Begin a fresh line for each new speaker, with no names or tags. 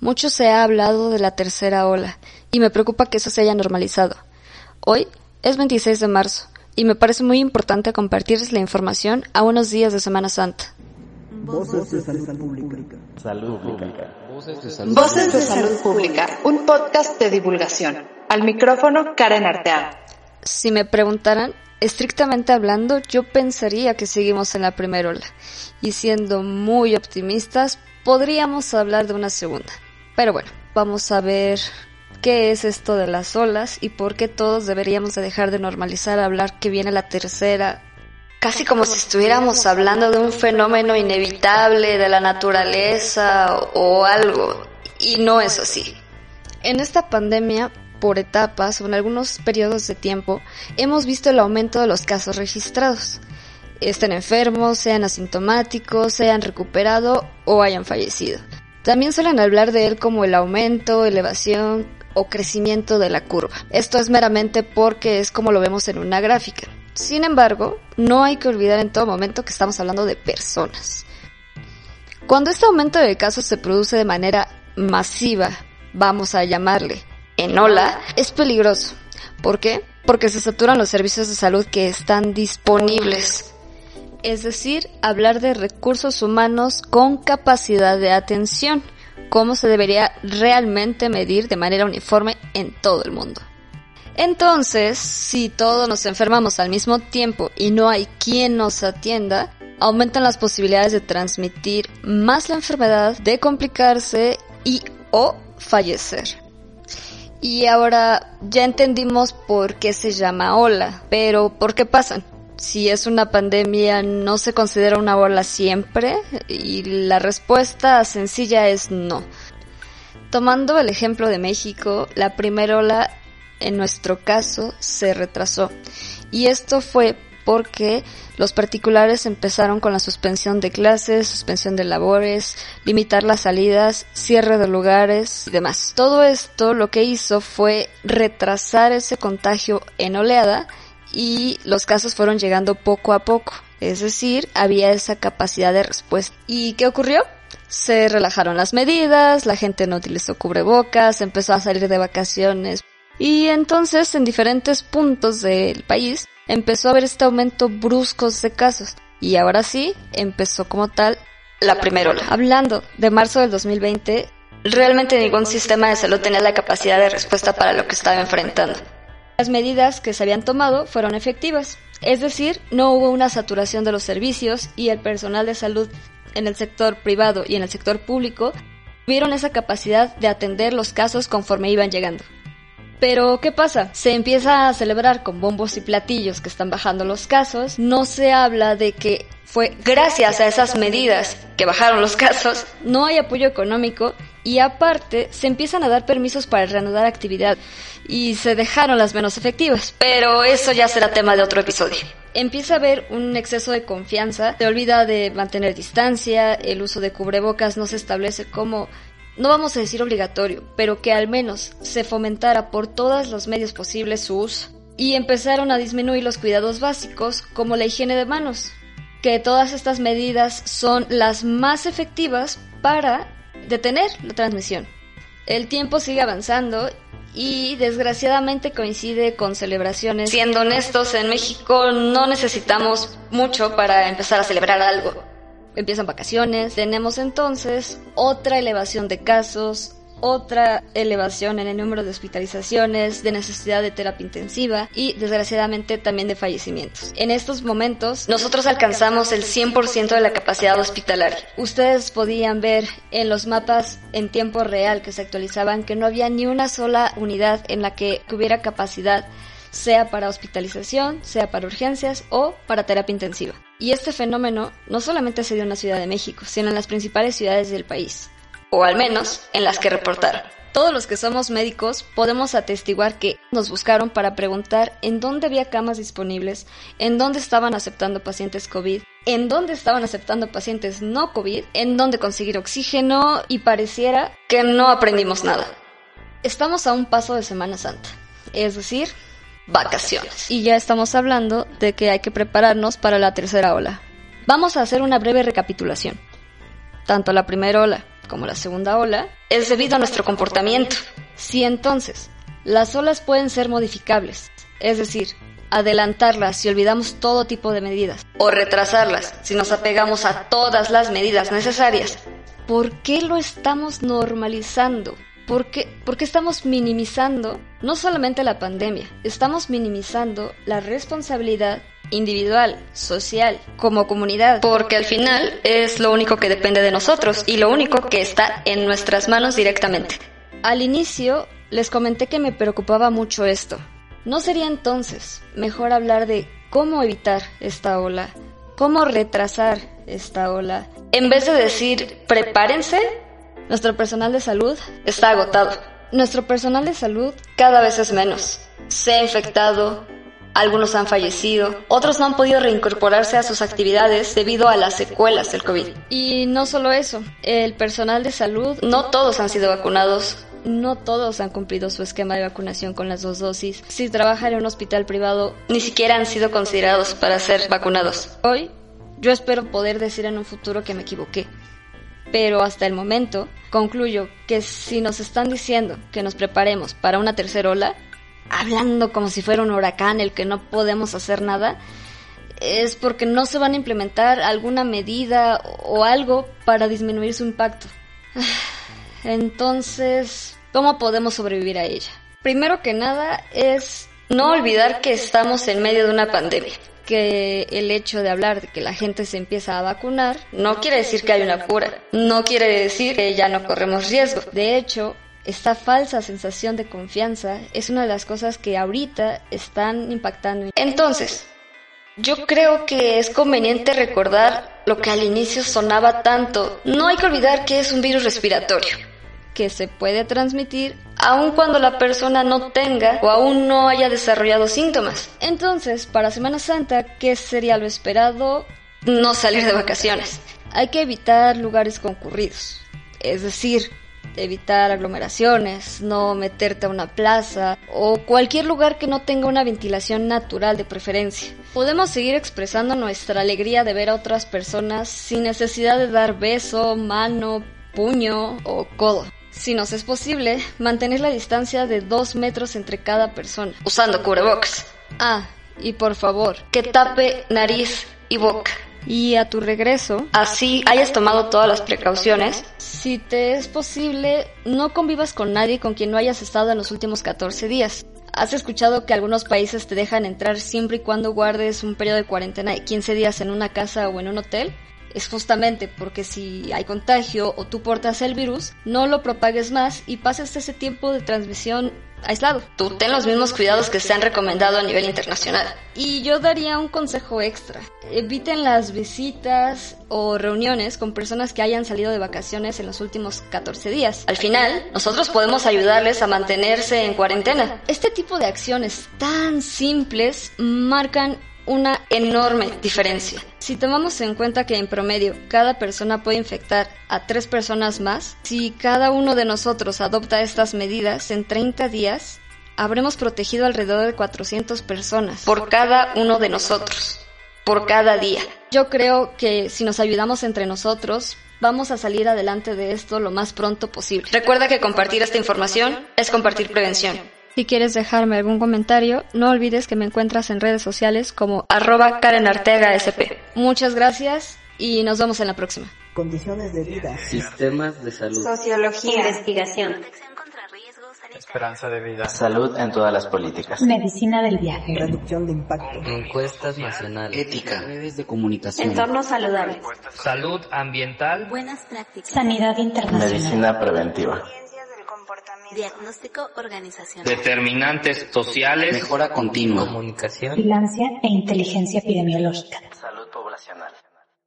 Mucho se ha hablado de la tercera ola, y me preocupa que eso se haya normalizado. Hoy es 26 de marzo, y me parece muy importante compartirles la información a unos días de Semana Santa.
Voces de salud pública.
Salud pública. Voces de salud,
Voces de Salud Pública, un podcast de divulgación. Al micrófono, Karen Arteaga.
Si me preguntaran, estrictamente hablando, yo pensaría que seguimos en la primera ola. Y siendo muy optimistas, podríamos hablar de una segunda. Pero bueno, vamos a ver qué es esto de las olas y por qué todos deberíamos de dejar de normalizar hablar que viene la tercera. Casi como si estuviéramos hablando de un fenómeno inevitable de la naturaleza o algo. Y no es así. En esta pandemia por etapas o en algunos periodos de tiempo, hemos visto el aumento de los casos registrados. Estén enfermos, sean asintomáticos, se hayan recuperado o hayan fallecido. También suelen hablar de él como el aumento, elevación o crecimiento de la curva. Esto es meramente porque es como lo vemos en una gráfica. Sin embargo, no hay que olvidar en todo momento que estamos hablando de personas. Cuando este aumento de casos se produce de manera masiva, vamos a llamarle en ola es peligroso. ¿Por qué? Porque se saturan los servicios de salud que están disponibles. Es decir, hablar de recursos humanos con capacidad de atención, cómo se debería realmente medir de manera uniforme en todo el mundo. Entonces, si todos nos enfermamos al mismo tiempo y no hay quien nos atienda, aumentan las posibilidades de transmitir más la enfermedad, de complicarse y o fallecer. Y ahora ya entendimos por qué se llama ola, pero ¿por qué pasan? Si es una pandemia, ¿no se considera una ola siempre? Y la respuesta sencilla es no. Tomando el ejemplo de México, la primera ola, en nuestro caso, se retrasó. Y esto fue porque los particulares empezaron con la suspensión de clases, suspensión de labores, limitar las salidas, cierre de lugares y demás. Todo esto lo que hizo fue retrasar ese contagio en oleada y los casos fueron llegando poco a poco. Es decir, había esa capacidad de respuesta. ¿Y qué ocurrió? Se relajaron las medidas, la gente no utilizó cubrebocas, empezó a salir de vacaciones. Y entonces en diferentes puntos del país empezó a haber este aumento brusco de casos y ahora sí empezó como tal la primera ola. Hablando de marzo del 2020, realmente ningún sistema de salud tenía la capacidad de respuesta para lo que estaba enfrentando. Las medidas que se habían tomado fueron efectivas, es decir, no hubo una saturación de los servicios y el personal de salud en el sector privado y en el sector público tuvieron esa capacidad de atender los casos conforme iban llegando. Pero, ¿qué pasa? Se empieza a celebrar con bombos y platillos que están bajando los casos. No se habla de que fue gracias a esas medidas que bajaron los casos. No hay apoyo económico y aparte se empiezan a dar permisos para reanudar actividad y se dejaron las menos efectivas. Pero eso ya será tema de otro episodio. Empieza a haber un exceso de confianza, se olvida de mantener distancia, el uso de cubrebocas no se establece como no vamos a decir obligatorio, pero que al menos se fomentara por todos los medios posibles su uso. Y empezaron a disminuir los cuidados básicos como la higiene de manos, que todas estas medidas son las más efectivas para detener la transmisión. El tiempo sigue avanzando y desgraciadamente coincide con celebraciones. Siendo honestos, en México no necesitamos mucho para empezar a celebrar algo empiezan vacaciones, tenemos entonces otra elevación de casos, otra elevación en el número de hospitalizaciones, de necesidad de terapia intensiva y desgraciadamente también de fallecimientos. En estos momentos nosotros alcanzamos el 100% de la capacidad hospitalaria. Ustedes podían ver en los mapas en tiempo real que se actualizaban que no había ni una sola unidad en la que hubiera capacidad sea para hospitalización, sea para urgencias o para terapia intensiva. Y este fenómeno no solamente se dio en la Ciudad de México, sino en las principales ciudades del país, o al menos en las que reportaron. Todos los que somos médicos podemos atestiguar que nos buscaron para preguntar en dónde había camas disponibles, en dónde estaban aceptando pacientes COVID, en dónde estaban aceptando pacientes no COVID, en dónde conseguir oxígeno y pareciera que no aprendimos nada. Estamos a un paso de Semana Santa, es decir, vacaciones. Y ya estamos hablando de que hay que prepararnos para la tercera ola. Vamos a hacer una breve recapitulación. Tanto la primera ola como la segunda ola, es debido a nuestro comportamiento. Si entonces las olas pueden ser modificables, es decir, adelantarlas si olvidamos todo tipo de medidas, o retrasarlas si nos apegamos a todas las medidas necesarias, ¿por qué lo estamos normalizando? ¿Por qué, por qué estamos minimizando no solamente la pandemia, estamos minimizando la responsabilidad individual, social, como comunidad. Porque al final es lo único que depende de nosotros y lo único que está en nuestras manos directamente. Al inicio les comenté que me preocupaba mucho esto. ¿No sería entonces mejor hablar de cómo evitar esta ola? ¿Cómo retrasar esta ola? En vez de decir prepárense, nuestro personal de salud está agotado. Nuestro personal de salud cada vez es menos. Se ha infectado, algunos han fallecido, otros no han podido reincorporarse a sus actividades debido a las secuelas del COVID. Y no solo eso, el personal de salud, no todos han sido vacunados. No todos han cumplido su esquema de vacunación con las dos dosis. Si trabajan en un hospital privado, ni siquiera han sido considerados para ser vacunados. Hoy, yo espero poder decir en un futuro que me equivoqué. Pero hasta el momento, concluyo que si nos están diciendo que nos preparemos para una tercera ola, hablando como si fuera un huracán el que no podemos hacer nada, es porque no se van a implementar alguna medida o algo para disminuir su impacto. Entonces, ¿cómo podemos sobrevivir a ella? Primero que nada es no olvidar que estamos en medio de una pandemia, que el hecho de hablar de que la gente se empieza a vacunar no quiere decir que hay una cura, no quiere decir que ya no corremos riesgo. De hecho, esta falsa sensación de confianza es una de las cosas que ahorita están impactando. Entonces, yo creo que es conveniente recordar lo que al inicio sonaba tanto. No hay que olvidar que es un virus respiratorio, que se puede transmitir aun cuando la persona no tenga o aún no haya desarrollado síntomas. Entonces, para Semana Santa, ¿qué sería lo esperado? No salir de vacaciones. Hay que evitar lugares concurridos. Es decir, evitar aglomeraciones, no meterte a una plaza o cualquier lugar que no tenga una ventilación natural de preferencia. Podemos seguir expresando nuestra alegría de ver a otras personas sin necesidad de dar beso, mano, puño o codo. Si nos es posible, mantener la distancia de 2 metros entre cada persona, usando cubrebocas. Ah, y por favor, que tape nariz y boca y a tu regreso, así hayas tomado todas las precauciones, si te es posible, no convivas con nadie con quien no hayas estado en los últimos 14 días. Has escuchado que algunos países te dejan entrar siempre y cuando guardes un periodo de cuarentena de 15 días en una casa o en un hotel. Es justamente porque si hay contagio o tú portas el virus, no lo propagues más y pases ese tiempo de transmisión aislado. Tú ten los mismos cuidados que se han recomendado a nivel internacional. Y yo daría un consejo extra. Eviten las visitas o reuniones con personas que hayan salido de vacaciones en los últimos 14 días. Al final, nosotros podemos ayudarles a mantenerse en cuarentena. Este tipo de acciones tan simples marcan una enorme diferencia. Si tomamos en cuenta que en promedio cada persona puede infectar a tres personas más, si cada uno de nosotros adopta estas medidas en 30 días, habremos protegido alrededor de 400 personas. Por cada uno de nosotros. Por cada día. Yo creo que si nos ayudamos entre nosotros, vamos a salir adelante de esto lo más pronto posible. Recuerda que compartir esta información es compartir prevención. Si quieres dejarme algún comentario, no olvides que me encuentras en redes sociales como arroba Karen Artega SP. Muchas gracias y nos vemos en la próxima.
Condiciones de vida.
Sistemas de salud.
Sociología. Investigación.
Esperanza de vida.
Salud en todas las políticas.
Medicina del viaje.
Reducción de impacto.
Encuestas nacionales.
Ética.
Redes de comunicación.
Entorno saludable.
Salud ambiental.
Buenas prácticas.
Sanidad internacional.
Medicina preventiva.
Diagnóstico organizacional.
Determinantes sociales.
Mejora continua.
Comunicación.
Vigilancia e inteligencia epidemiológica.
Salud poblacional.